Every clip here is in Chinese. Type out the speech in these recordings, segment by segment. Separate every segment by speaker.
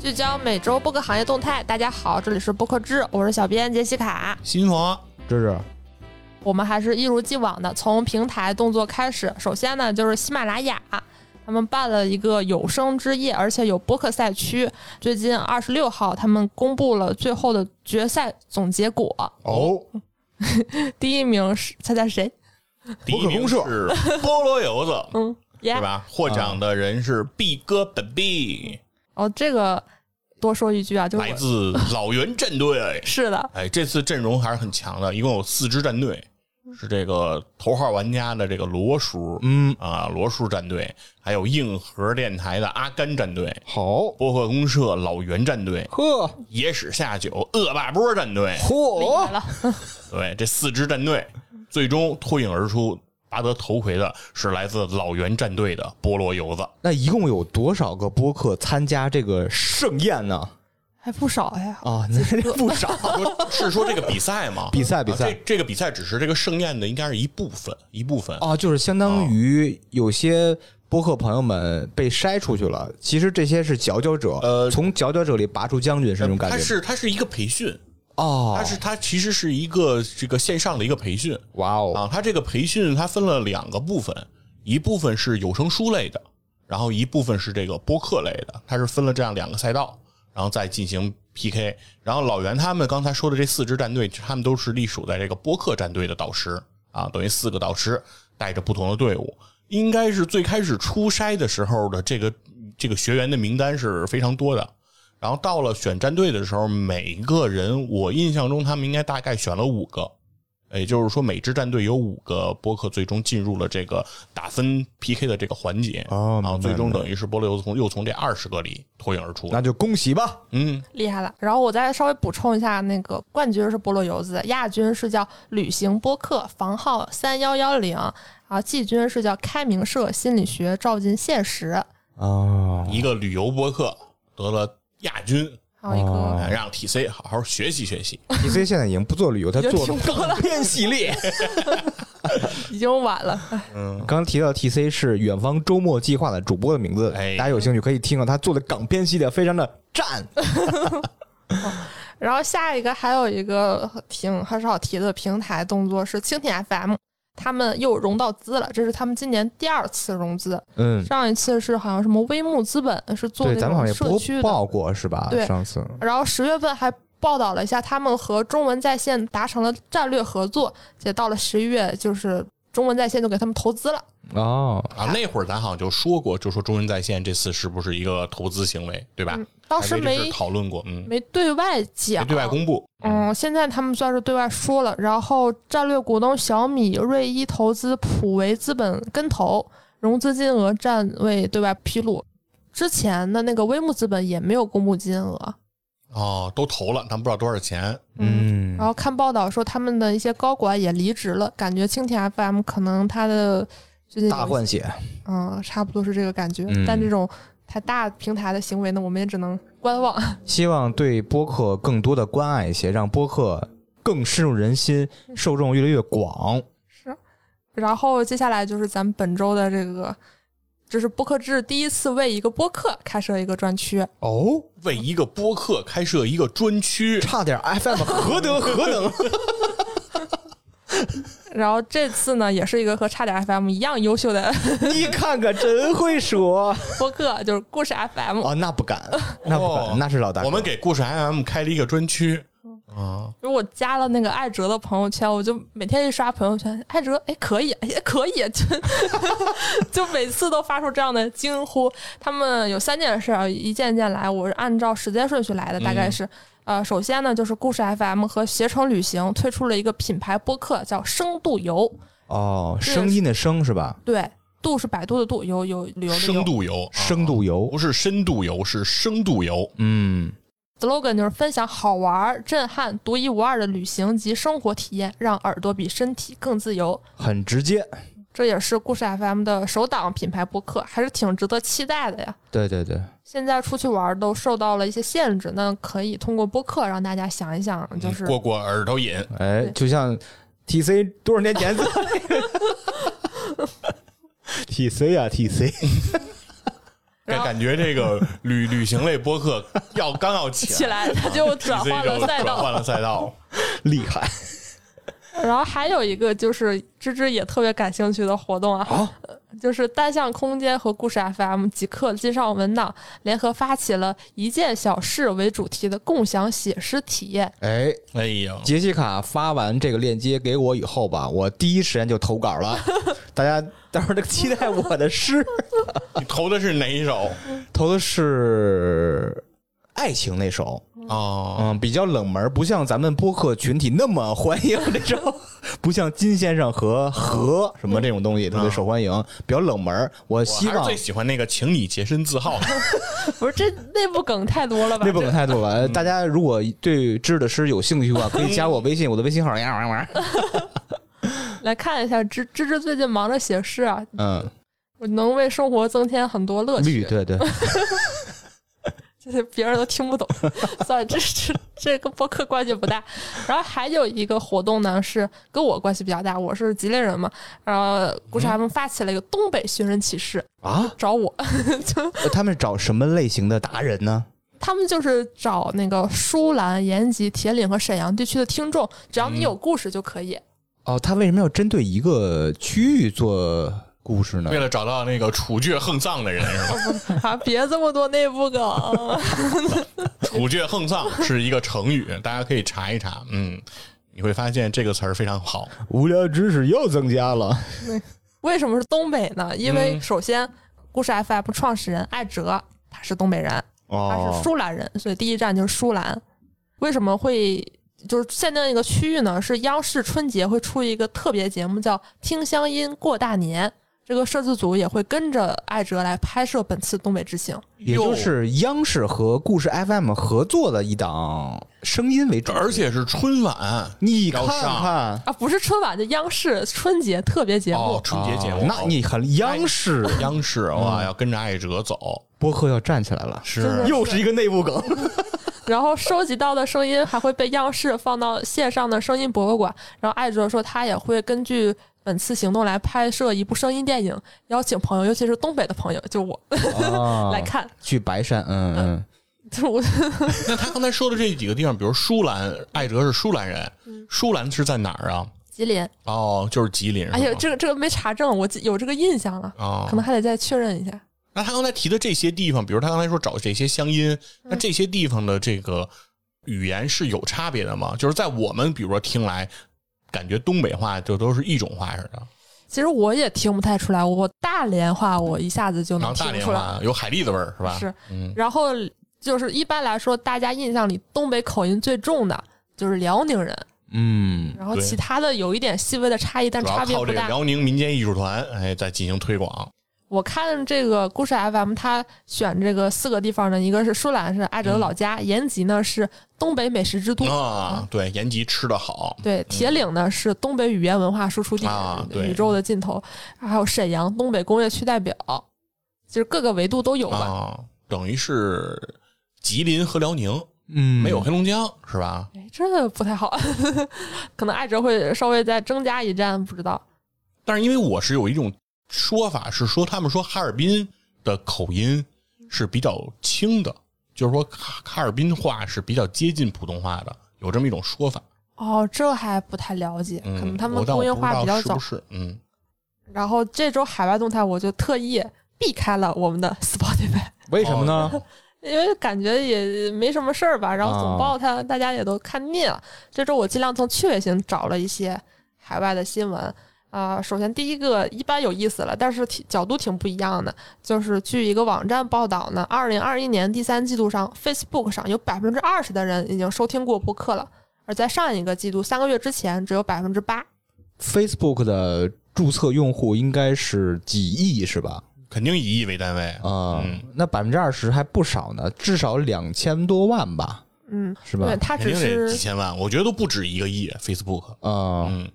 Speaker 1: 聚焦每周播客行业动态。大家好，这里是播客之，我是小编杰西卡。
Speaker 2: 新房，这是
Speaker 1: 我们还是一如既往的从平台动作开始。首先呢，就是喜马拉雅，他们办了一个有声之夜，而且有播客赛区。最近二十六号，他们公布了最后的决赛总结果，
Speaker 2: 哦，
Speaker 1: 第一名是猜猜谁？
Speaker 3: 第一名
Speaker 2: 博客
Speaker 3: 是 菠萝油子，
Speaker 1: 嗯，耶、
Speaker 3: 是吧？获奖的人是 B 哥本 B，
Speaker 1: 哦，这个多说一句啊，就是
Speaker 3: 来自老袁战队。
Speaker 1: 是的，
Speaker 3: 哎，这次阵容还是很强的，一共有四支战队，
Speaker 2: 啊
Speaker 3: 是这个头号玩家的这个罗叔，
Speaker 2: 嗯，
Speaker 3: 啊，罗叔战队，还有硬核电台的阿甘战队，
Speaker 2: 好，
Speaker 3: 播客公社老袁战队，
Speaker 2: 呵，
Speaker 3: 野史下酒恶霸波战队，
Speaker 2: 嚯，
Speaker 1: 了，
Speaker 3: 对，这四支战队最终脱颖而出，拔得头魁的是来自老袁战队的菠萝油子。
Speaker 2: 那一共有多少个播客参加这个盛宴呢？
Speaker 1: 还不少呀。
Speaker 2: 啊，那这不少，
Speaker 3: 不是说这个比赛吗？
Speaker 2: 比赛比
Speaker 3: 啊
Speaker 2: 赛
Speaker 3: 这这个比赛只是这个盛宴的，应该是一部分，一部分。
Speaker 2: 哦，就是相当于有些播客朋友们被筛出去了，其实这些是佼佼者，
Speaker 3: 呃
Speaker 2: 从佼佼者里拔出将军是那种感
Speaker 3: 它
Speaker 2: 觉吗。
Speaker 3: 是它是一个培训，
Speaker 2: 哦
Speaker 3: 它，是它其实是一个这个线上的一个培训
Speaker 2: 哇哦，
Speaker 3: 啊。它这个培训它分了两个部分，一部分是有声书类的，然后一部分是这个播客类的，它是分了这样两个赛道，然后再进行 PK。然后老袁他们刚才说的这四支战队，他们都是隶属在这个播客战队的导师啊，等于四个导师带着不同的队伍。应该是最开始初筛的时候的这个这个学员的名单是非常多的，然后到了选战队的时候，每一个人我印象中他们应该大概选了五个，也就是说，每支战队有五个播客，最终进入了这个打分 PK 的这个环节。
Speaker 2: 哦
Speaker 3: 然后
Speaker 2: 明白
Speaker 3: 最终等于是波流从又从这二十个里脱颖而出。
Speaker 2: 那就恭喜吧。
Speaker 3: 嗯，
Speaker 1: 厉害了。然后我再稍微补充一下，那个冠军是菠萝油子，亚军是叫旅行播客房号三幺幺零，啊，季军是叫开明社心理学照进现实，啊
Speaker 2: 哦，
Speaker 3: 一个旅游播客得了亚军，
Speaker 1: 还有一个
Speaker 2: 哦
Speaker 3: 哎让 TC 好好学习学习。
Speaker 2: PC 现在已经不做旅游，他
Speaker 1: 已经
Speaker 2: 做
Speaker 1: 停更了
Speaker 2: 港片系列。
Speaker 1: 已经晚了，
Speaker 2: 刚刚提到 TC 是远方周末计划的主播的名字，
Speaker 3: 哎
Speaker 2: 大家有兴趣可以听啊。他做的港片系列非常的赞，
Speaker 1: 然后下一个还有一个挺很少提的平台动作是蜻蜓 FM，他们又融到资了，这是他们今年第二次融资，
Speaker 2: 嗯，
Speaker 1: 上一次是好像什么微木资本是做
Speaker 2: 对，
Speaker 1: 那
Speaker 2: 咱们好
Speaker 1: 种
Speaker 2: 像也
Speaker 1: 社
Speaker 2: 播
Speaker 1: 区的，
Speaker 2: 报过是吧？
Speaker 1: 对
Speaker 2: 上次
Speaker 1: 然后十月份还报道了一下他们和中文在线达成了战略合作，且到了十一月就是。中文在线就给他们投资了，
Speaker 2: 哦，
Speaker 3: 啊，那会儿咱好像就说过，就说中文在线这次是不是一个投资行为，对吧？
Speaker 1: 嗯，当时
Speaker 3: 还为这事
Speaker 1: 没
Speaker 3: 儿讨论过，嗯，
Speaker 1: 没对外
Speaker 3: 没
Speaker 1: 讲，
Speaker 3: 对外公布。
Speaker 1: 嗯，现在他们算是对外说了，然后战略股东小米、瑞一投资、普维资本跟投，融资金额暂未对外披露。之前的那个微木资本也没有公布金额，
Speaker 3: 哦，都投了，但不知道多少钱。
Speaker 2: 嗯
Speaker 1: 然后看报道说他们的一些高管也离职了，感觉蜻蜓 FM 可能它的最近有一
Speaker 2: 大换血，
Speaker 1: 嗯，差不多是这个感觉。
Speaker 2: 嗯
Speaker 1: 但这种太大平台的行为呢，我们也只能 观望。
Speaker 2: 希望对播客更多的关爱一些，让播客更深入人心，受众越来越广。
Speaker 1: 然后接下来就是咱们本周的这个，这是播客制第一次为一个播客开设一个专区，
Speaker 2: 哦，
Speaker 3: 为一个播客开设一个专区，
Speaker 2: 差 点 FM 何德何能？
Speaker 1: 然后这次呢也是一个和差点 FM 一样优秀的
Speaker 2: 你看看，真会说
Speaker 1: 播客，就是故事 FM，
Speaker 2: 哦，那不 敢，那不
Speaker 3: 哦
Speaker 2: 敢，那是老大哥。
Speaker 3: 我们给故事 FM 开了一个专区，
Speaker 1: 如果加了那个艾哲的朋友圈，我就每天一刷朋友圈，艾哲哎可以， 也可以，就就每次都发出这样的惊呼。他们有三件事啊，一件件来，我是按照时间顺序来的，大
Speaker 3: 嗯
Speaker 1: 概是。呃，首先呢，就是故事 FM 和携程旅行推出了一个品牌播客，叫“深度游
Speaker 2: 哦，
Speaker 1: 对
Speaker 2: 声音的声是吧”。？
Speaker 1: 对，度是百度的度，游有旅游的
Speaker 3: 深
Speaker 1: 游。
Speaker 3: 度游，啊
Speaker 2: 深度游
Speaker 3: 不，是深度游，是深度游。
Speaker 2: 嗯，
Speaker 1: slogan 就是分享好玩、震撼、独一无二的旅行及生活体验，让耳朵比身体更自由。
Speaker 2: 很直接。
Speaker 1: 这也是故事 FM 的首档品牌播客，还是挺值得期待的呀。
Speaker 2: 对对对，
Speaker 1: 现在出去玩都受到了一些限制，那可以通过播客让大家想一想，就是、
Speaker 3: 过过耳朵瘾，
Speaker 2: 哎，就像 TC 多少年前做 TC 啊 TC，
Speaker 1: 然后
Speaker 3: 感觉这个 旅旅行类播客要刚要起
Speaker 1: 起
Speaker 3: 来，
Speaker 1: 来，他就转
Speaker 3: 这
Speaker 1: 换了
Speaker 3: 个
Speaker 1: 赛
Speaker 3: 转换
Speaker 1: 道。
Speaker 3: 了赛道。
Speaker 2: 厉害
Speaker 1: 然后还有一个就是芝芝也特别感兴趣的活动啊，
Speaker 2: 啊！
Speaker 1: 就是单向空间和故事 FM 极客金上文档联合发起了一件小事为主题的共享写诗体验。
Speaker 2: 哎，
Speaker 3: 哎呀，
Speaker 2: 杰西卡发完这个链接给我以后吧，我第一时间就投稿 了。大家待会儿就期待我的诗，
Speaker 3: 你投的是哪一首
Speaker 2: 投的是爱情那首，
Speaker 3: 啊？
Speaker 2: 嗯，比较冷门，不像咱们播客群体那么欢迎这种， 不像金先生和和什么这种东西特别受欢迎，比较冷门。嗯我
Speaker 3: 我
Speaker 2: 希
Speaker 3: 还是
Speaker 2: 望
Speaker 3: 最喜欢那个，请你洁身自 好。
Speaker 1: 不是这内部梗太多了吧？
Speaker 2: 那不梗太多了，呃大家如果对知识的诗有兴趣的 话，可以加我微信，我的微信号呀玩 玩。
Speaker 1: 这来看一下芝芝芝最近忙着写诗啊，
Speaker 2: 嗯，
Speaker 1: 能为生活增添很多乐
Speaker 2: 绿
Speaker 1: 趣。
Speaker 2: 对对，
Speaker 1: 这些别人都听不懂， 算了，这这这跟播客关系不大。然后还有一个活动呢，是跟我关系比较大，我是吉林人嘛，然后故事 FM 发起了一个东北寻人启事，
Speaker 2: 啊，
Speaker 1: 找我，
Speaker 2: 呃他们找什么类型的达人呢？
Speaker 1: 他们就是找那个舒兰、延吉、铁岭和沈阳地区的听众，只要你有故事就可以。
Speaker 2: 哦，他为什么要针对一个区域做故事呢
Speaker 3: 为？了找到那个处决横丧的人，是吧？
Speaker 1: 啊，别这么多内部梗，
Speaker 3: 处决横丧是一个成语，大家可以查一查。嗯，你会发现这个词儿非常好。
Speaker 2: 无聊知识又增加了。
Speaker 1: 为什么是东北呢？因为
Speaker 3: 嗯
Speaker 1: 首先，故事 FM 创始人艾哲他是东北人，他是
Speaker 2: 哦，
Speaker 1: 舒兰人，所以第一站就是舒兰。为什么会就是限定一个区域呢？是央视春节会出一个特别节目，叫《听乡音过大年》。这个摄制组也会跟着艾哲来拍摄本次东北之行。
Speaker 2: 也就是央视和故事 FM 合作的一档声音为主
Speaker 3: 哟，，而且是春晚，
Speaker 2: 你看
Speaker 3: 要上
Speaker 2: 看。
Speaker 1: 啊，不是春晚，就央视春节特别节目。
Speaker 3: 哦，春节节目，嗯
Speaker 2: 哦那你很央视
Speaker 3: 央视哇，要跟着艾哲走，
Speaker 2: 播客要站起来了，
Speaker 1: 真的
Speaker 3: 是
Speaker 2: 又是一个内部梗。
Speaker 1: 然后收集到的声音还会被央视放到线上的声音博物馆。然后艾哲说，他也会根据本次行动来拍摄一部声音电影，邀请朋友，尤其是东北的朋友，就我、
Speaker 2: 哦
Speaker 1: 来看。
Speaker 2: 去白山，嗯嗯，
Speaker 1: 就我
Speaker 3: 那他刚才说的这几个地方，比如舒兰，艾哲是舒兰
Speaker 1: 嗯
Speaker 3: 人，舒兰是在哪儿啊？
Speaker 1: 吉林。
Speaker 3: 哦，就是吉林。是吗
Speaker 1: 哎呀，这个这个没查证，我记有这个印象了，
Speaker 3: 哦
Speaker 1: 可能还得再确认一下。
Speaker 3: 那他刚才提的这些地方，比如他刚才说找这些乡音，那
Speaker 1: 嗯
Speaker 3: 这些地方的这个语言是有差别的吗？就是在我们比如说听来，感觉东北话就都是一种话似的，
Speaker 1: 其实我也听不太出来，我大连话我一下子就
Speaker 3: 然
Speaker 1: 能
Speaker 3: 后大
Speaker 1: 听
Speaker 3: 连
Speaker 1: 出来，
Speaker 3: 话有海蛎子味儿是吧？
Speaker 1: 是。
Speaker 3: 嗯，
Speaker 1: 然后就是一般来说，大家印象里东北口音最重的就是辽宁人，
Speaker 2: 嗯，
Speaker 1: 然后
Speaker 3: 对
Speaker 1: 其他的有一点细微的差异，但
Speaker 3: 主要
Speaker 1: 差别
Speaker 3: 靠
Speaker 1: 不
Speaker 3: 这个
Speaker 1: 大。
Speaker 3: 辽宁民间艺术团哎在进行推广。
Speaker 1: 我看这个故事 FM，它选这个四个地方呢，一个是舒兰是艾
Speaker 3: 嗯
Speaker 1: 哲的老家，延吉呢是东北美食之都。
Speaker 3: 啊，对，延吉吃的好，
Speaker 1: 对，铁岭呢是东北语言文化输出地，
Speaker 3: 啊对
Speaker 1: 宇宙的尽头，还有沈阳东北工业区代表，就是各个维度都有吧。
Speaker 3: 啊，等于是吉林和辽宁
Speaker 2: 嗯，
Speaker 3: 没有黑龙江是吧？
Speaker 1: 哎，这不太好， 可能艾哲会稍微再增加一站，不知道。
Speaker 3: 但是因为我是有一种说法是说，他们说哈尔滨的口音是比较轻的，就是说哈哈尔滨话是比较接近普通话的，有这么一种说法。
Speaker 1: 哦，这还不太了解，
Speaker 3: 嗯，
Speaker 1: 可能他
Speaker 3: 我
Speaker 1: 们
Speaker 3: 但我
Speaker 1: 工业
Speaker 3: 不知
Speaker 1: 化
Speaker 3: 道
Speaker 1: 比较
Speaker 3: 是
Speaker 1: 早
Speaker 3: 不。是？嗯，
Speaker 1: 然后这周海外动态，我就特意避开了我们的 Spotify，
Speaker 2: 为什么呢？
Speaker 3: 哦
Speaker 1: 因为感觉也没什么事儿吧。然后
Speaker 3: 啊
Speaker 1: 总报它，大家也都看腻了。这周我尽量从趣味性找了一些海外的新闻。啊、首先第一个一般有意思了，但是挺角度挺不一样的。就是据一个网站报道呢，二零二一年第三季度上，Facebook 上有百分之二十的人已经收听过播客了，而在上一个季度三个月之前只有百分之八。
Speaker 2: Facebook 的注册用户应该是几亿是吧？
Speaker 3: 肯定以亿为单位。
Speaker 2: 啊、
Speaker 3: 嗯
Speaker 2: 那百分之二十还不少呢，至少两千多万吧，
Speaker 1: 嗯，
Speaker 2: 是吧
Speaker 1: 对，？它
Speaker 3: 肯
Speaker 1: 只
Speaker 3: 定得
Speaker 1: 是
Speaker 3: 几千万，我觉得都不止一个亿。Facebook，
Speaker 2: 啊、
Speaker 3: 嗯，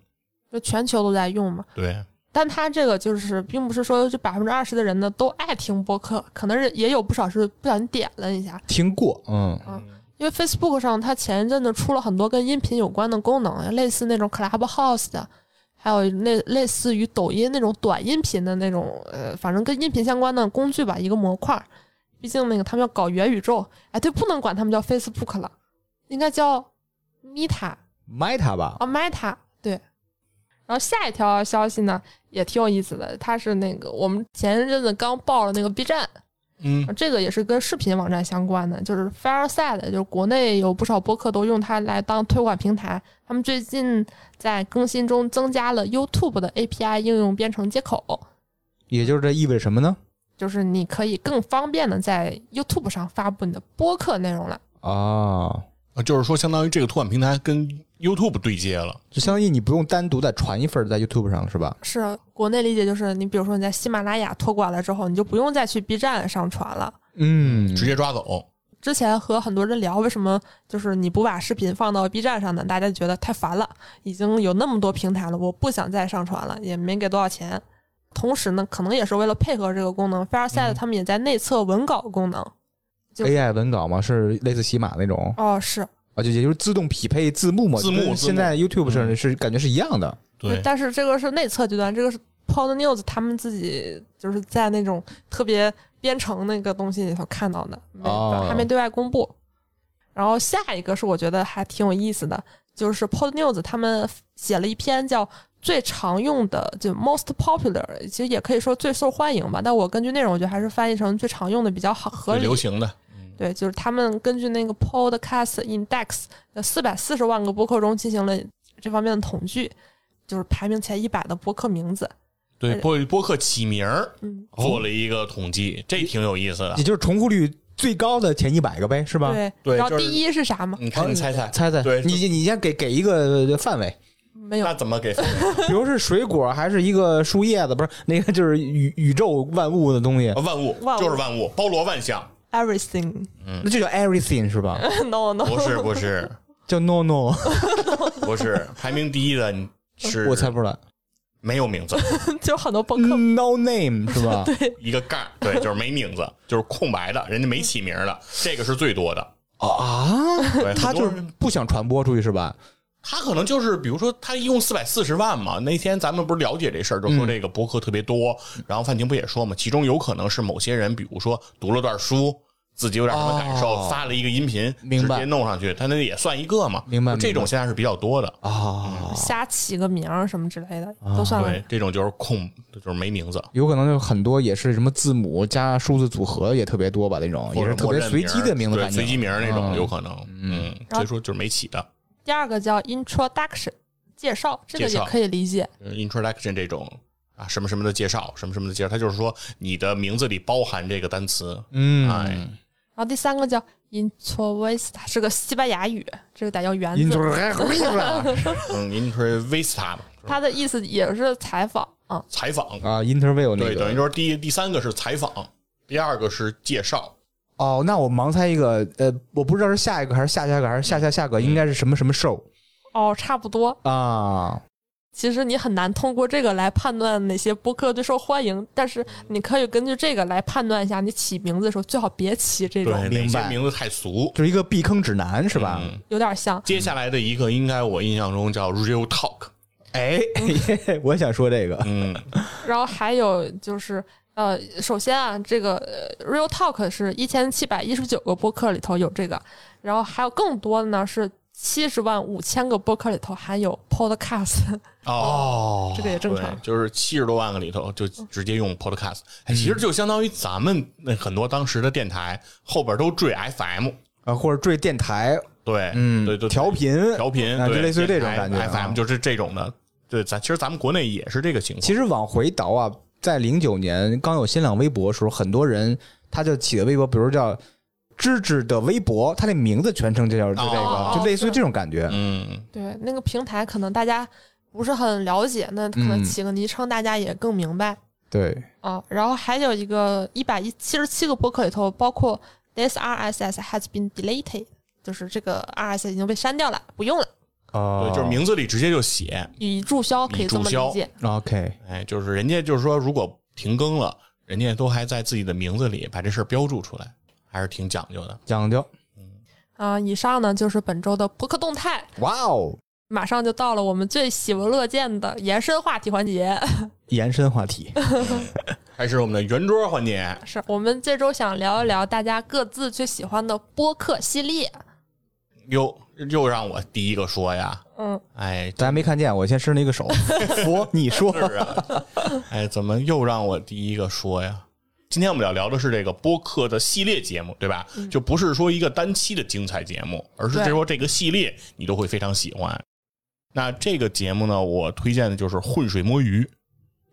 Speaker 1: 就全球都在用嘛。
Speaker 3: 对，
Speaker 1: 但他这个就是，并不是说这百分之二十的人呢都爱听播客，可能是也有不少是不小心点了一下。
Speaker 2: 听过，嗯，
Speaker 1: 因为 Facebook 上它前一阵子出了很多跟音频有关的功能，类似那种 Clubhouse 的，还有类类似于抖音那种短音频的那种，呃，反正跟音频相关的工具吧，一个模块儿。毕竟那个他们要搞元宇宙，哎，对，不能管他们叫 Facebook 了，应该叫 Meta
Speaker 2: Meta 吧，
Speaker 1: 哦，Meta 对。然后下一条消息呢，也挺有意思的，它是那个我们前一阵子刚爆了那个 B 站，
Speaker 3: 嗯
Speaker 1: 这个也是跟视频网站相关的，就是 Fireside，就是国内有不少播客都用它来当推广平台。他们最近在更新中增加了 YouTube 的 API 应用编程接口，
Speaker 2: 也就是这意味着什么呢？
Speaker 1: 就是你可以更方便的在 YouTube 上发布你的播客内容了。
Speaker 2: 啊，
Speaker 3: 啊就是说相当于这个托管平台跟 YouTube 对接了，
Speaker 2: 就相当于你不用单独再传一份在 YouTube 上了是吧？
Speaker 1: 是国内理解就是你比如说你在喜马拉雅托管了之后，你就不用再去 B 站上传了。
Speaker 2: 嗯
Speaker 3: 直接抓走。
Speaker 1: 之前和很多人聊，为什么就是你不把视频放到 B 站上呢？大家觉得太烦了，已经有那么多平台了，我不想再上传了，也没给多少钱。同时呢，可能也是为了配合这个功能，Fireside 他们也在内测文稿功能。就
Speaker 2: AI 文稿嘛，是类似喜马那种
Speaker 1: 哦，是，
Speaker 2: 啊，就也就是自动匹配字幕嘛，
Speaker 3: 字幕
Speaker 2: 跟
Speaker 3: 字幕嗯
Speaker 2: 现在 YouTube 上是感觉是一样的。
Speaker 3: 对，
Speaker 1: 但是这个是内测阶段，这个是 Pod News 他们自己就是在那种特别编程那个东西里头看到的，没、
Speaker 2: 哦
Speaker 1: 还没对外公布。然后下一个是我觉得还挺有意思的，就是 Pod News 他们写了一篇叫“最常用的”就 Most Popular，其实也可以说最受欢迎吧。但我根据内容，我觉得还是翻译成“最常用的”比较好合
Speaker 3: 最
Speaker 1: 理
Speaker 3: 流。行的
Speaker 1: 对，就是他们根据那个 Podcast Index 的四百四十万个播客中进行了这方面的统计，就是排名前一百的播客名字。
Speaker 3: 对
Speaker 1: 对
Speaker 3: 播播客起名儿
Speaker 1: 嗯，
Speaker 3: 做了一个统计，这挺有意思的
Speaker 2: 也。就是重复率最高的前一百个呗，是吧？
Speaker 1: 对。
Speaker 3: 对
Speaker 1: 然后
Speaker 3: 就是
Speaker 1: 第一是啥吗？
Speaker 3: 你看，你猜猜，
Speaker 2: 猜猜，
Speaker 3: 对
Speaker 2: 你你先给给一个范 围，
Speaker 1: 没有
Speaker 3: 那，怎么给分？
Speaker 2: 比如是水果，还是一个树叶子，不是那个就是宇宇宙万物的东西，
Speaker 3: 万物
Speaker 1: 万物
Speaker 3: 就是万物，包罗万象。
Speaker 1: everything
Speaker 2: 那就叫 everything 是吧？
Speaker 1: no no
Speaker 3: 不是不是
Speaker 2: 叫 no no，
Speaker 3: 不是，排名第一的你是
Speaker 2: 我猜不出来
Speaker 3: 没有名字，
Speaker 1: 就很多播客
Speaker 3: 嗯
Speaker 2: ，no name 是吧？
Speaker 3: 一个盖儿， 对，就是没名字，就是空白的，人家没起名儿的，这个是最多的。
Speaker 2: 啊，
Speaker 3: 对，
Speaker 2: 他
Speaker 3: 很多
Speaker 2: 就
Speaker 3: 人
Speaker 2: 是不想传播出去是吧？
Speaker 3: 他可能就是，比如说，他一共四百四十万嘛。那天咱们不是了解这事儿，就
Speaker 2: 嗯
Speaker 3: 说这个博客特别多。然后范婷不也说嘛，其中有可能是某些人，比如说读了段书，自己有点什么感受，
Speaker 2: 哦
Speaker 3: 发了一个音频，
Speaker 2: 明白
Speaker 3: 直接弄上去，他那也算一个嘛。
Speaker 2: 明白
Speaker 3: 就这
Speaker 2: 明白
Speaker 3: 种现在是比较多的。嗯
Speaker 2: 啊，
Speaker 1: 瞎起个名儿什么之类的都
Speaker 2: 嗯
Speaker 1: 算了
Speaker 3: 啊对，。这种就是空，就是没名字，
Speaker 2: 有可能就很多也是什么字母加数字组合也特别多吧，那种也
Speaker 3: 或
Speaker 2: 是
Speaker 3: 者
Speaker 2: 特别随机的名字
Speaker 3: 对
Speaker 2: 感觉，
Speaker 3: 随机名儿那种
Speaker 2: 嗯
Speaker 3: 有可能。嗯，所以说就是没起的。
Speaker 1: 第二个叫 introduction 介绍，这个
Speaker 3: 介
Speaker 1: 也
Speaker 3: 绍
Speaker 1: 可以理解。
Speaker 3: 嗯 introduction 这种啊，什么什么的介绍，什么什么的介绍，它就是说你的名字里包含这个单词。哎
Speaker 2: 嗯，
Speaker 1: 然后第三个叫 introvista，是个西班牙语，这个得叫原
Speaker 2: 音
Speaker 1: 字
Speaker 2: 就是
Speaker 3: 嗯，intervista 嘛
Speaker 1: 它的意思也是采访啊。
Speaker 3: 采访，
Speaker 2: 啊，interview 那
Speaker 3: 对，等于
Speaker 2: 个
Speaker 3: 说第一第三个是采访，第二个是介绍，
Speaker 2: 哦，那我盲猜一个，呃，我不知道是下一个还是下下个还是下下下
Speaker 3: 嗯
Speaker 2: 个，应该是什么什么 show
Speaker 1: 哦，差不多。
Speaker 2: 啊？
Speaker 1: 其实你很难通过这个来判断哪些播客最受欢迎，但是你可以根据这个来判断一下，你起名字的时候最好别起这
Speaker 3: 对
Speaker 1: 种，，
Speaker 3: 哪
Speaker 2: 明
Speaker 3: 些
Speaker 2: 白
Speaker 3: 名字太俗
Speaker 2: 就是一个避坑指南是吧？
Speaker 3: 嗯
Speaker 1: 有点像
Speaker 3: 接下来的一个应该我印象中叫 real talk，
Speaker 2: 哎， 我想说这个，
Speaker 3: 嗯，
Speaker 1: 然后还有就是，呃，首先啊，这个呃 Real Talk 是一千七百一十九个播客里头有这个，然后还有更多的呢是七十万五千个播客里头含有 Podcast，
Speaker 3: 哦
Speaker 1: 这个也正常嗯
Speaker 3: 对，就是七十多万个里头就直接用 podcast，哎，其实就相当于咱们那很多当时的电台后边都缀 FM，
Speaker 2: 啊，或者追电台，
Speaker 3: 对，
Speaker 2: 嗯，
Speaker 3: 对，就
Speaker 2: 调频，
Speaker 3: 调频，
Speaker 2: 啊
Speaker 3: 对，
Speaker 2: 就类似于这种
Speaker 3: 电台
Speaker 2: 感觉啊
Speaker 3: FM 就是这种的，对，咱其实咱们国内也是这个情况。
Speaker 2: 其实往回倒啊，在零九年刚有新浪微博的时候，很多人他就起的微博，比如叫“芝芝的微博”，他那名字全称就叫就这个，
Speaker 1: 哦
Speaker 2: 就类似于这种感觉。
Speaker 3: 嗯，
Speaker 1: 对，那个平台可能大家不是很了解，那可能
Speaker 2: 嗯
Speaker 1: 起个昵称大家也更明白。
Speaker 2: 对，
Speaker 1: 啊，然后还有一个一百一七十七个播客里头，包括 This RSS has been deleted，就是这个 RSS 已经被删掉了，不用了，
Speaker 2: 哦
Speaker 3: 对，就是名字里直接就写，
Speaker 1: 已注销，可以这么
Speaker 3: 已注销
Speaker 1: 理解。
Speaker 2: 哦 OK，
Speaker 3: 哎，就是人家就是说，如果停更了，人家都还在自己的名字里把这事儿标注出来，还是挺讲究的。
Speaker 2: 讲究。
Speaker 1: 啊、以上呢就是本周的播客动态。
Speaker 2: 哇哦，
Speaker 1: 马上就到了我们最喜闻乐见的延伸话题环节，
Speaker 2: 延伸话题，
Speaker 3: 开始我们的圆桌环节。
Speaker 1: 是我们这周想聊一聊大家各自最喜欢的播客系列。
Speaker 3: 哟，又让我第一个说呀，
Speaker 1: 嗯，
Speaker 3: 哎，
Speaker 2: 大家没看见，我先伸了一个手，佛，你说
Speaker 3: 是啊， 哎，怎么又让我第一个说呀？今天我们要聊的是这个播客的系列节目，对吧？就不是说一个单期的精彩节目，而是
Speaker 1: 嗯对
Speaker 3: 说这个系列你都会非常喜欢。那这个节目呢，我推荐的就是《浑水摸鱼》，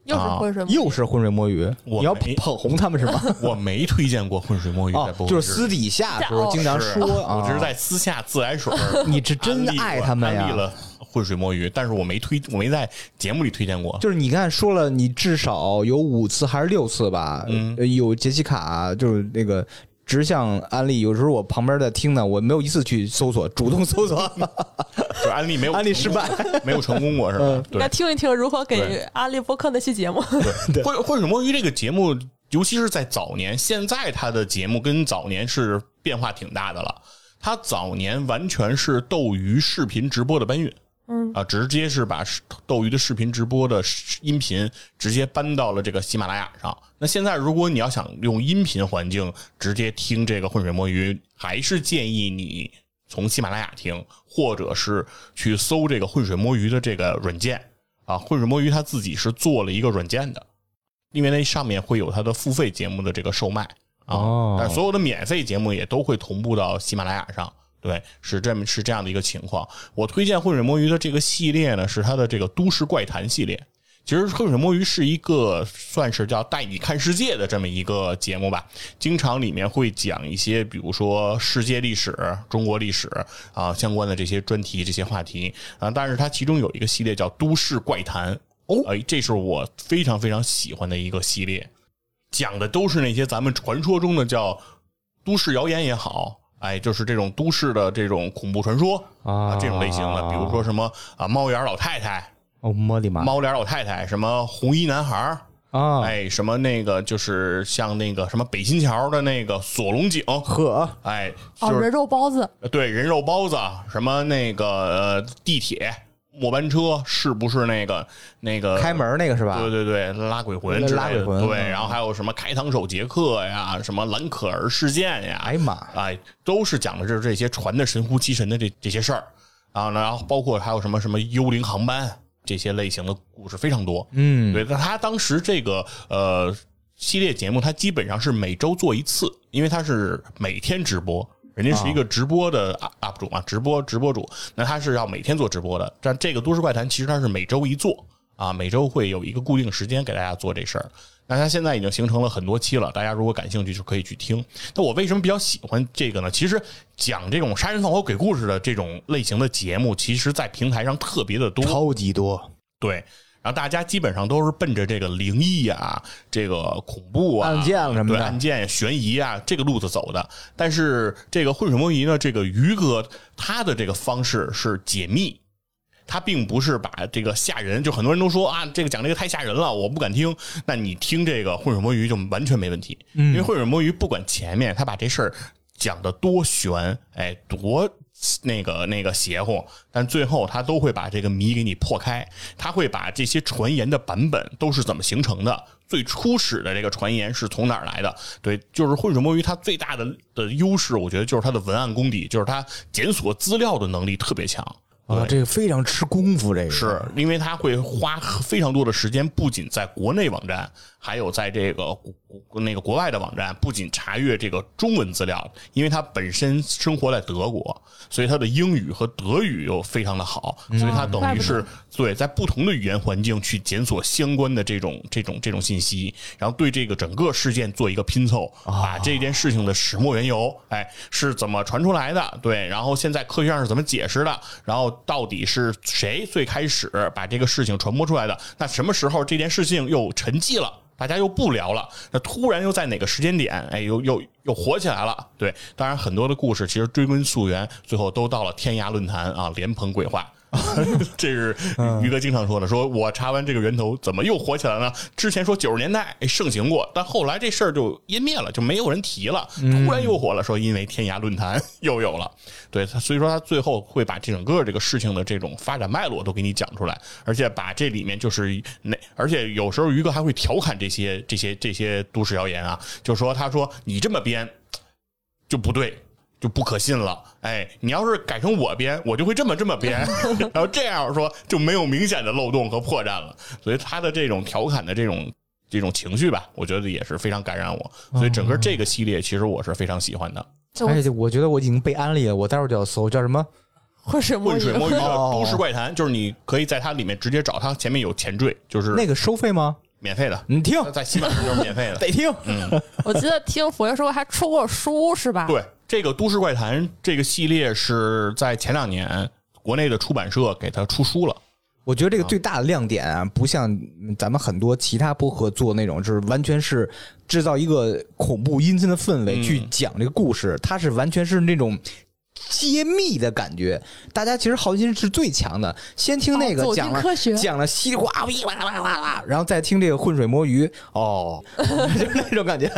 Speaker 1: 又是
Speaker 3: 啊
Speaker 1: 浑水摸鱼
Speaker 2: 又是浑水摸鱼，
Speaker 3: 我
Speaker 2: 你要
Speaker 3: 没
Speaker 2: 捧红他们是 吗？
Speaker 3: 我没推荐过《浑水摸鱼》在
Speaker 2: 哦
Speaker 3: 播，客
Speaker 2: 就是
Speaker 3: 制
Speaker 2: 私底下，
Speaker 1: 是
Speaker 2: 不是经常
Speaker 3: 是
Speaker 2: 说啊，
Speaker 3: 我只是在私下自来水儿安利过。
Speaker 2: 哦你这真爱他们呀
Speaker 3: 安利了浑水摸鱼，但是我没推，我没在节目里推荐过。
Speaker 2: 就是你看说了，你至少有五次还是六次吧？
Speaker 3: 嗯
Speaker 2: 呃有杰西卡，就是那个直向安利。有时候我旁边在听呢，我没有一次去搜索，主动搜 索，
Speaker 3: 就是安利没有
Speaker 2: 安利失败。
Speaker 3: 没有成功过是吧
Speaker 2: 嗯？
Speaker 3: 对
Speaker 1: 来，听一听如何
Speaker 3: 对
Speaker 1: 给安利播客那期节目。
Speaker 3: 对浑浑水摸鱼这个节目，尤其是在早年，现在它的节目跟早年是变化挺大的了。它早年完全是斗鱼视频直播的搬运，
Speaker 1: 嗯
Speaker 3: 啊，直接是把视斗鱼的视频直播的视音频直接搬到了这个喜马拉雅上。那现在如果你要想用音频环境直接听这个浑水摸鱼，还是建议你从喜马拉雅听，或者是去搜这个浑水摸鱼的这个软件啊。浑水摸鱼它自己是做了一个软件的，因为那上面会有它的付费节目的这个售卖啊，
Speaker 2: 哦
Speaker 3: 但所有的免费节目也都会同步到喜马拉雅上。对，是这么是这样的一个情况。我推荐《浑水摸鱼》的这个系列呢，是它的这个都市怪谈系列。其实《浑水摸鱼》是一个算是叫带你看世界的这么一个节目吧，经常里面会讲一些，比如说世界历史、中国历史啊相关的这些专题、这些话题啊。但是它其中有一个系列叫《都市怪谈》，
Speaker 2: 哦
Speaker 3: 哎，这是我非常非常喜欢的一个系列，讲的都是那些咱们传说中的叫都市谣言也好，哎，就是这种都市的这种恐怖传说
Speaker 2: 啊
Speaker 3: 这种类型的，比如说什么啊猫眼儿老太太、
Speaker 2: 哦，我的妈
Speaker 3: 猫脸儿老太太，什么红衣男孩儿，
Speaker 2: 啊！
Speaker 3: 哎，什么那个就是像那个什么北新桥的那个锁龙井，
Speaker 2: 呵，
Speaker 3: 哎，
Speaker 1: 哦，
Speaker 3: 就是
Speaker 1: 人肉包子，
Speaker 3: 对人肉包子，啊什么那个、呃、地铁末班车，是不是那个那个
Speaker 2: 开门那个是吧？
Speaker 3: 对对对，拉鬼魂
Speaker 2: 拉
Speaker 3: 之类的，
Speaker 2: 拉鬼魂
Speaker 3: 对，
Speaker 2: 嗯
Speaker 3: 然后还有什么开膛手杰克呀，什么兰可儿事件呀，
Speaker 2: 哎呀妈呀，
Speaker 3: 哎，都是讲的就是这些传的神乎其神的这这些事儿啊，然后包括还有什么什么幽灵航班这些类型的故事非常多。
Speaker 2: 嗯，
Speaker 3: 对，那他当时这个呃系列节目，它基本上是每周做一次，因为它是每天直播。人家是一个直播的 up- UP 主嘛，直播直播主，那他是要每天做直播的。但这个都市怪谈其实它是每周一做啊，每周会有一个固定时间给大家做这事儿。那它现在已经形成了很多期了，大家如果感兴趣就可以去听。那我为什么比较喜欢这个呢？其实讲这种杀人放火鬼故事的这种类型的节目，其实在平台上特别的多，
Speaker 2: 超级多
Speaker 3: 对，然后大家基本上都是奔着这个灵异啊、这个恐怖啊、
Speaker 2: 案件什么
Speaker 3: 对
Speaker 2: 的
Speaker 3: 案件、悬疑啊这个路子走的。但是这个混水摸鱼呢，这个于哥他的这个方式是解密。他并不是把这个吓人，就很多人都说啊，这个讲这个太吓人了，我不敢听。那你听这个浑水摸鱼就完全没问题，因为浑水摸鱼不管前面他把这事儿讲的多悬，哎，多那个那个邪乎，但最后他都会把这个谜给你破开，他会把这些传言的版本都是怎么形成的。最初始的这个传言是从哪儿来的？对，就是浑水摸鱼，它最大的的优势，我觉得就是它的文案功底，就是它检索资料的能力特别强。
Speaker 2: 啊！这个非常吃功夫，这个
Speaker 3: 是因为他会花非常多的时间，不仅在国内网站，还有在这个国国那个国外的网站，不仅查阅这个中文资料，因为他本身生活在德国，所以他的英语和德语又非常的好，所以他等于是对在不同的语言环境去检索相关的这种这种这种信息，然后对这个整个事件做一个拼凑，把这件事情的始末缘由，哎，是怎么传出来的？对，然后现在科学上是怎么解释的？然后到底是谁最开始把这个事情传播出来的？那什么时候这件事情又沉寂了？大家又不聊了，那突然又在哪个时间点，哎，又又又火起来了。对，当然很多的故事其实追根溯源，最后都到了天涯论坛啊，莲蓬鬼话 这是于哥经常说的，说我查完这个源头，怎么又火起来了？之前说九十年代哎盛行过，但后来这事儿就湮灭了，就没有人提了。突然又火了，说因为天涯论坛又有了。对他，所以说他最后会把整个这个事情的这种发展脉络都给你讲出来，而且把这里面就是那，而且有时候于哥还会调侃这些这些这些都市谣言啊，就说他说你这么编就不对，就不可信了。哎，你要是改成我编，我就会这么这么编，然后这样说就没有明显的漏洞和破绽了。所以他的这种调侃的这种这种情绪吧，我觉得也是非常感染我。所以整个这个系列，其实我是非常喜欢的。
Speaker 1: 就
Speaker 3: 哎
Speaker 2: 而且哎我觉得我已经被安利了，我待会儿就要搜叫什么
Speaker 1: 浑水摸
Speaker 3: 浑
Speaker 1: 鱼
Speaker 3: 水摸鱼的
Speaker 2: 哦
Speaker 3: 都市怪谈，就是你可以在它里面直接找它，前面有前缀，就是嗯
Speaker 2: 那个收费吗？
Speaker 3: 免费的，
Speaker 2: 你听
Speaker 3: 在喜马拉雅就是免费 的。
Speaker 2: 得听，
Speaker 1: 我记得听佛爷说过还出过书是吧？
Speaker 3: 对，这个《都市怪谈》这个系列是在前两年国内的出版社给它出书了。
Speaker 2: 我觉得这个最大的亮点啊，不像咱们很多其他播客做那种，就是完全是制造一个恐怖阴森的氛
Speaker 3: 嗯
Speaker 2: 围去讲这个故事，它是完全是那种。揭秘的感觉，大家其实好奇心是最强的。先听那个
Speaker 1: 哦走进
Speaker 2: 讲了、
Speaker 1: 科学
Speaker 2: 讲了稀里哗啦哇啦哇啦哇，然后再听这个浑水摸鱼，哦， 就是那种感觉。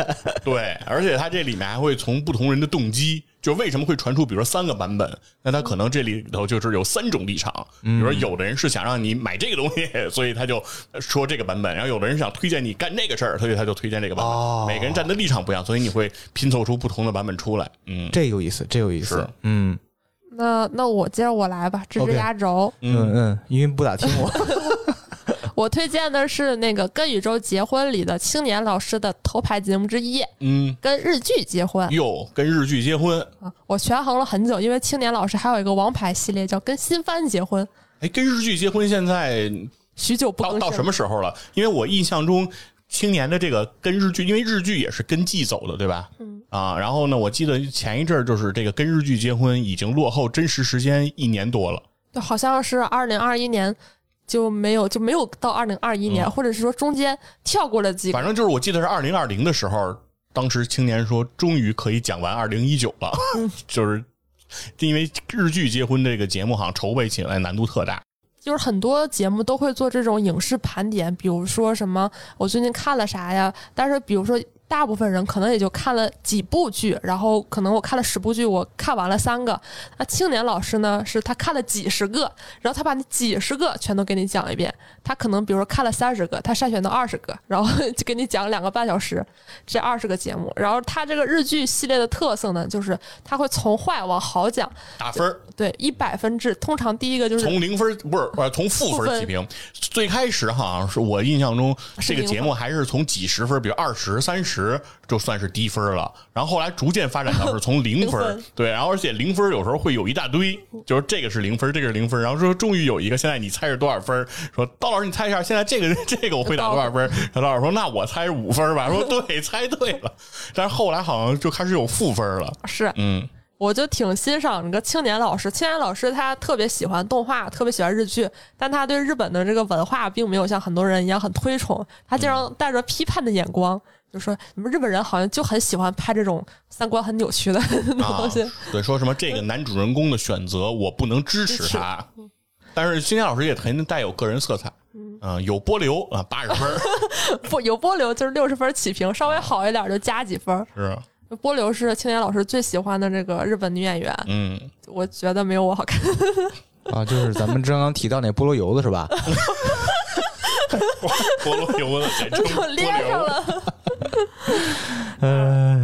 Speaker 3: 对，而且它这里面还会从不同人的动机，就为什么会传出，比如说三个版本，那它可能这里头就是有三种立场，比如说有的人是想让你买这个东西， 所以他就说这个版本，然后有的人想推荐你干这个事儿，所以他就推荐这个版本。
Speaker 2: 哦
Speaker 3: 每个人站的立场不一样，所以你会拼凑出不同的版本出来。嗯，
Speaker 2: 这有意思，这有意思
Speaker 3: 是。
Speaker 2: 嗯
Speaker 1: 那那我接着我来吧，这是
Speaker 2: OK
Speaker 1: 压轴。
Speaker 2: 嗯嗯，因为不咋听我。
Speaker 1: 我推荐的是那个《跟宇宙结婚》里的青年老师的头牌节目之一，
Speaker 3: 嗯，
Speaker 1: 跟日剧结婚。
Speaker 3: 哟，跟日剧结婚，
Speaker 1: 啊我权衡了很久，因为青年老师还有一个王牌系列叫《跟新番结婚》，
Speaker 3: 哎，跟日剧结婚现在
Speaker 1: 许久不更
Speaker 3: 到
Speaker 1: 新。
Speaker 3: 到什么时候了？因为我印象中。青年的这个跟日剧，因为日剧也是跟季走的，对吧？嗯啊，然后呢，我记得前一阵儿就是这个跟日剧结婚已经落后真实时间一年多了。
Speaker 1: 就好像是二零二一年就没有就没有到二零二一
Speaker 3: 哦
Speaker 1: 年，或者是说中间跳过了几个。
Speaker 3: 反正就是我记得是二零二零的时候，当时青年说终于可以讲完二零一九了， 就是因为日剧结婚这个节目好像筹备起来难度特大。
Speaker 1: 就是很多节目都会做这种影视盘点，比如说什么我最近看了啥呀？但是比如说大部分人可能也就看了几部剧，然后可能我看了十部剧，我看完了三个。那青年老师呢，是他看了几十个，然后他把那几十个全都给你讲一遍。他可能比如说看了三十个，他筛选到二十个，然后就给你讲两个半小时这二十个节目。然后他这个日剧系列的特色呢，就是他会从坏往好讲，
Speaker 3: 打分儿
Speaker 1: 对一百分制，通常第一个就是
Speaker 3: 从零分儿不是不是从负分儿起评，最开始好像是我印象中
Speaker 1: 啊是
Speaker 3: 这个
Speaker 1: 零
Speaker 3: 节
Speaker 1: 分
Speaker 3: 目还是从几十分儿，比如二十三十就算是低分儿了，然后后来逐渐发展到 是从零分儿
Speaker 1: 零分，
Speaker 3: 对，然后而且零分儿有时候会有一大堆，就是这个是零分儿，这个是零分儿，然后说终于有一个现在你猜是多少分儿，说道老师你猜一下现在这个这个我回答多少分儿，然后道老师说那我猜是五分儿吧，说对， 猜对了，但是后来好像就开始有负分儿了，
Speaker 1: 是
Speaker 3: 嗯，
Speaker 1: 我就挺欣赏那个青年老师。青年老师他特别喜欢动画，特别喜欢日剧，但他对日本的这个文化并没有像很多人一样很推崇。他经常带着批判的眼光，就说你们日本人好像就很喜欢拍这种三观很扭曲的
Speaker 3: 啊
Speaker 1: 东西。，
Speaker 3: 对，说什么这个男主人公的选择，我不能支持他。
Speaker 1: 嗯
Speaker 3: 但是新天老师也肯定带有个人色彩，嗯、有波流啊，八十分 儿
Speaker 1: 不有波流就是六十分起评，稍微好一点就加几分。
Speaker 3: 是，
Speaker 1: 波流是青年老师最喜欢的这个日本女演员，
Speaker 3: 嗯，
Speaker 1: 我觉得没有我好看。
Speaker 2: 啊，就是咱们刚刚提到那菠萝油子是吧？
Speaker 3: 波流的简称波
Speaker 1: 连上
Speaker 3: 流，
Speaker 1: 了。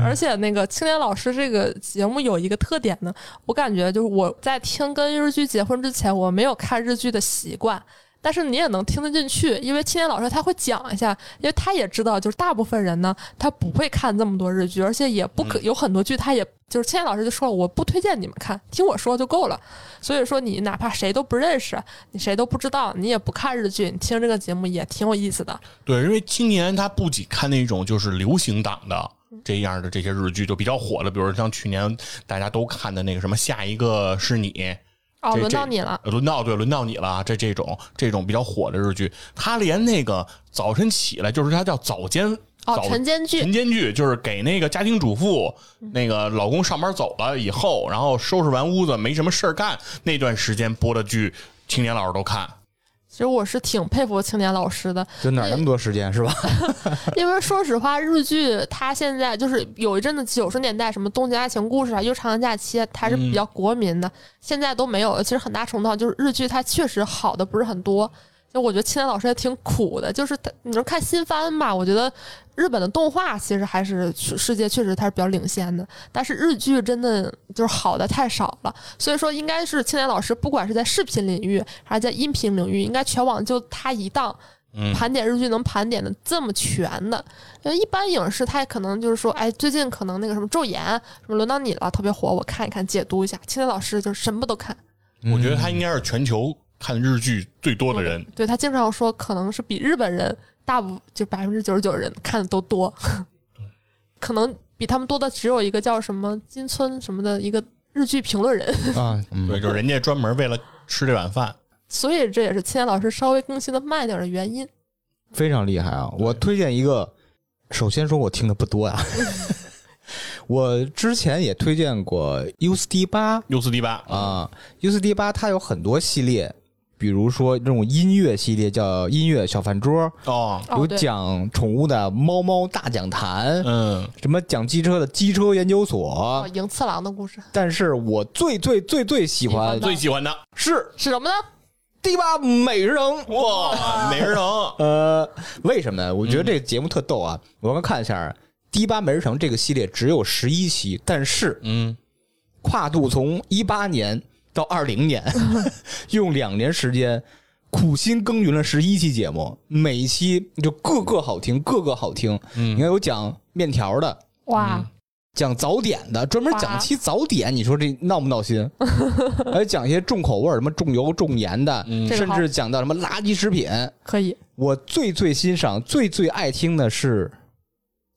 Speaker 1: 而且那个青年老师这个节目有一个特点呢，我感觉就是我在听跟日剧结婚之前，我没有看日剧的习惯。但是你也能听得进去，因为青年老师他会讲一下，因为他也知道，就是大部分人呢，他不会看这么多日剧，而且也不可有很多剧，他也就是青年老师就说了，我不推荐你们看，听我说就够了。所以说，你哪怕谁都不认识，你谁都不知道，你也不看日剧，你听这个节目也挺有意思的。
Speaker 3: 对，因为青年他不仅看那种就是流行党的
Speaker 1: 嗯
Speaker 3: 这样的这些日剧，就比较火的，比如像去年大家都看的那个什么《下一个是你》，
Speaker 1: 哦，
Speaker 3: 这
Speaker 1: 轮
Speaker 3: 这
Speaker 1: 到你了。
Speaker 3: 轮到对，轮到你了。啊这这种这种比较火的日剧，他连那个早晨起来，就是他叫早间
Speaker 1: 哦
Speaker 3: 早
Speaker 1: 晨间剧
Speaker 3: 晨间剧就是给那个家庭主妇，那个老公上班走了以后，然后收拾完屋子没什么事儿干那段时间播的剧。青年老师都看，
Speaker 1: 其实我是挺佩服青年老师的，
Speaker 2: 就哪儿那么多时间 是吧？
Speaker 1: 因为说实话，日剧它现在就是有一阵子九十年代什么《东京爱情故事》啊，《悠长的假期》，它是比较国民的，现在都没有了。其实很大程度上就是日剧它确实好的不是很多。就我觉得青年老师也挺苦的，就是他，你说看新番吧，我觉得日本的动画其实还是世界确实它是比较领先的，但是日剧真的就是好的太少了，所以说应该是青年老师不管是在视频领域还是在音频领域，应该全网就他一档
Speaker 3: 嗯，
Speaker 1: 盘点日剧能盘点的这么全的，呃，一般影视它也可能就是说，哎，最近可能那个什么《昼颜》什么轮到你了，特别火，我看一看，解读一下。青年老师就是什么都看，
Speaker 2: 嗯
Speaker 3: 我觉得他应该是全球看日剧最多的人。
Speaker 1: 对他经常说，可能是比日本人大部就百分之九十九人看的都多， 可能比他们多的只有一个叫什么金村什么的一个日剧评论人，
Speaker 2: 啊，嗯
Speaker 3: 对，就是人家专门为了吃这碗饭，
Speaker 1: 所以这也是青年老师稍微更新的慢一点的原因。
Speaker 2: 非常厉害啊！我推荐一个，首先说我听的不多啊， 我之前也推荐过 U 四 D 八
Speaker 3: 优四 D 八，
Speaker 2: 啊，U 四 D 八它有很多系列，比如说这种音乐系列叫音乐小饭桌，
Speaker 3: 哦，
Speaker 1: 哦
Speaker 2: 有
Speaker 1: 对
Speaker 2: 讲宠物的猫猫大讲坛，
Speaker 3: 嗯，
Speaker 2: 什么讲机车的机车研究
Speaker 1: 哦，
Speaker 2: 所。
Speaker 1: 迎次郎的故事
Speaker 2: 但是我最最最最喜欢
Speaker 1: 喜
Speaker 3: 最喜欢的
Speaker 2: 是
Speaker 1: 是什么呢？
Speaker 2: 第八美人城。
Speaker 3: 哇，啊美人城，
Speaker 2: 呃，为什么呢？我觉得这个节目特逗啊！我们看一下《第八美人城》这个系列只有十一期，但是
Speaker 3: 嗯，
Speaker 2: 跨度从一八年到二零 年，用两年时间苦心耕耘了十一期节目，每一期就个个好听，个个好听。
Speaker 3: 嗯
Speaker 2: 你看有讲面条的，
Speaker 1: 哇，
Speaker 2: 讲早点的，专门讲期早点，你说这闹不 闹心？还讲一些重口味儿，什么重油重盐的，
Speaker 3: 嗯
Speaker 1: 这个
Speaker 2: 甚
Speaker 1: 好
Speaker 2: 至讲到什么垃圾食品。
Speaker 1: 可以
Speaker 2: 我最最欣赏、最最爱听的是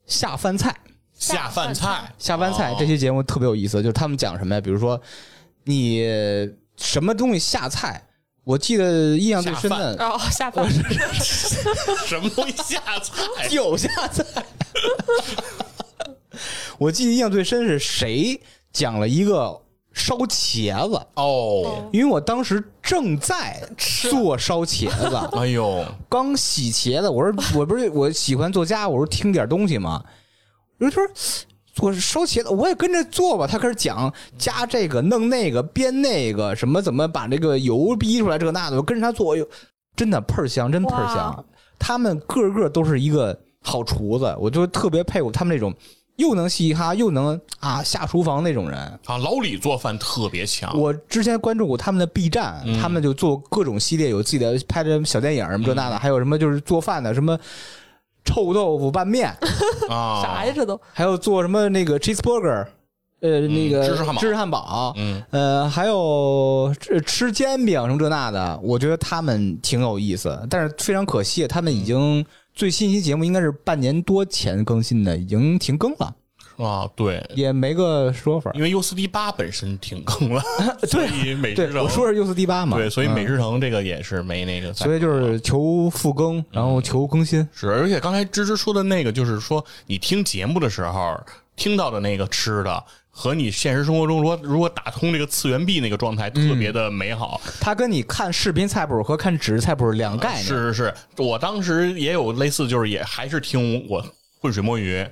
Speaker 2: 下饭菜。
Speaker 3: 下饭菜，
Speaker 2: 下饭菜
Speaker 3: 哦
Speaker 2: 这些节目特别有意思，就是他们讲什么呀？比如说你什么东西下菜，我记得印象最深的
Speaker 1: 哦，下班。
Speaker 3: 什么东西下菜？
Speaker 2: 酒下菜。 我记得印象最深是谁讲了一个烧茄子，
Speaker 3: 哦，
Speaker 2: 因为我当时正在做烧茄子，
Speaker 3: 哎呦，
Speaker 2: 刚洗茄子，我说我不是我喜欢做家，我说听点东西嘛，我就说做烧茄子，我也跟着做吧。他开始讲加这个弄那个煸那个什么怎么把这个油逼出来这个那的，我跟着他做，哎呦，真的倍儿香，真倍儿香
Speaker 1: 哇。
Speaker 2: 他们个个都是一个好厨子，我就特别佩服他们那种又能嘻哈又能啊下厨房那种人。
Speaker 3: 啊，老李做饭特别强，
Speaker 2: 我之前关注过他们的 B 站，
Speaker 3: 嗯
Speaker 2: 他们就做各种系列，有自己的拍的小电影什么这那
Speaker 3: 嗯
Speaker 2: 的，还有什么就是做饭的什么。臭豆腐拌 面，
Speaker 3: 啊，
Speaker 1: 啥呀？这都
Speaker 2: 还有做什么那个 cheeseburger，呃，那个
Speaker 3: 嗯芝士汉堡
Speaker 2: 芝士汉堡，
Speaker 3: 嗯，
Speaker 2: 呃，还有吃吃煎饼什么这那的，我觉得他们挺有意思，但是非常可惜，他们已经最新一期节目应该是半年多前更新的，已经停更了，
Speaker 3: 啊，对，
Speaker 2: 也没个说法。
Speaker 3: 因为 U 四 D 八本身停更了，所
Speaker 2: 对
Speaker 3: 以美
Speaker 2: 对
Speaker 3: 之，城，
Speaker 2: 我说是 U 四 D 八嘛，
Speaker 3: 对，所以
Speaker 2: 嗯
Speaker 3: 美之城这个也是没那个在，
Speaker 2: 所以就是求复更，然后求更新。
Speaker 3: 是，而且刚才芝芝说的那个，就是说你听节目的时候听到的那个吃的，和你现实生活中如果如果打通这个次元壁那个状态，特
Speaker 2: 嗯
Speaker 3: 别的美好。
Speaker 2: 它跟你看视频菜谱和看纸质菜谱是两个概念。
Speaker 3: 是是是，我当时也有类似，就是也还是听我浑水摸鱼。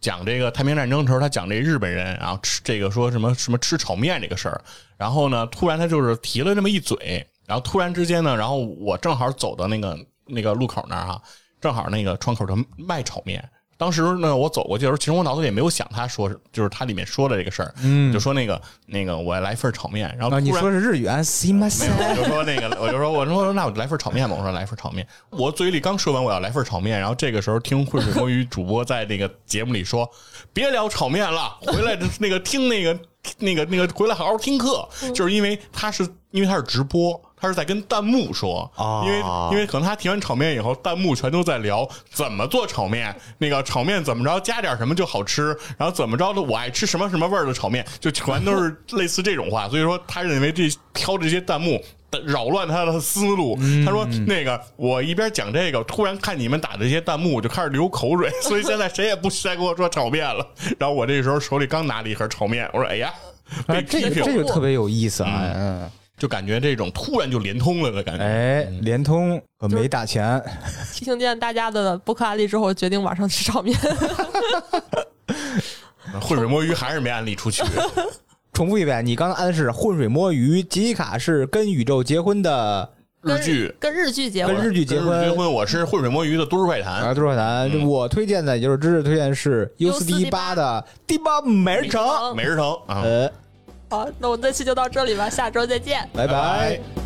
Speaker 3: 讲这个太平洋战争的时候，他讲这日本人，然后吃这个说什么什么吃炒面这个事儿，然后呢，突然他就是提了这么一嘴，然后突然之间呢，然后我正好走到那个那个路口那儿哈、正好那个窗口他卖炒面。当时呢，我走过去的时候，其实我脑子里也没有想他说是，就是他里面说的这个事儿，嗯，就说那个那个我来份炒面，然后
Speaker 2: 啊，你
Speaker 3: 突然
Speaker 2: 说是日语西马塞
Speaker 3: 没有，我就说那个，我就说，我说那我来份炒面吧。我说来份炒面。我嘴里刚说完我要来份炒面，然后这个时候听浑水摸鱼主播在那个节目里说，别聊炒面了，回来那个听那个那个那个回来好好听课，就是因为他是因为他是直播。他是在跟弹幕说，
Speaker 2: 哦
Speaker 3: 因为因为可能他提完炒面以后，弹幕全都在聊怎么做炒面，那个炒面怎么着加点什么就好吃，然后怎么着的我爱吃什么什么味儿的炒面，就全都 是类似这种话。所以说，他认为这挑这些弹幕。扰乱他的思路。
Speaker 2: 嗯
Speaker 3: 他说：“那个，我一边讲这个，突然看你们打这些弹幕，我就开始流口水，所以现在谁也不再跟我说炒面了。”然后我这时候手里刚拿了一盒炒面，我说：“哎呀，被
Speaker 2: 哎
Speaker 3: 批
Speaker 2: 这
Speaker 3: 评
Speaker 2: 个
Speaker 3: 了
Speaker 2: 这就特别有意思啊！嗯，
Speaker 3: 就感觉这种突然就联通了的感觉。
Speaker 2: 哎，联通可没打钱，
Speaker 1: 提醒见大家的播客案例之后，决定晚上吃炒面。
Speaker 3: 浑水摸鱼还是没安利出去，
Speaker 2: 重复一遍，你刚才按的是浑水摸鱼，吉卡是跟宇宙结婚的，
Speaker 3: 日剧
Speaker 1: 跟日剧结
Speaker 2: 跟
Speaker 1: 婚，
Speaker 2: 日剧
Speaker 3: 结
Speaker 2: 结
Speaker 3: 婚
Speaker 2: 婚
Speaker 3: 结。婚，我是浑水摸鱼的都市怪谈
Speaker 2: 啊，，杜若谈，我推荐的也就是知识推荐是 U 四 D 八的第八美人城，
Speaker 1: 城
Speaker 3: 美人城啊，
Speaker 2: 呃，
Speaker 1: 好，那我们这期就到这里吧，下周再见。
Speaker 2: 拜
Speaker 3: 拜拜
Speaker 2: 拜。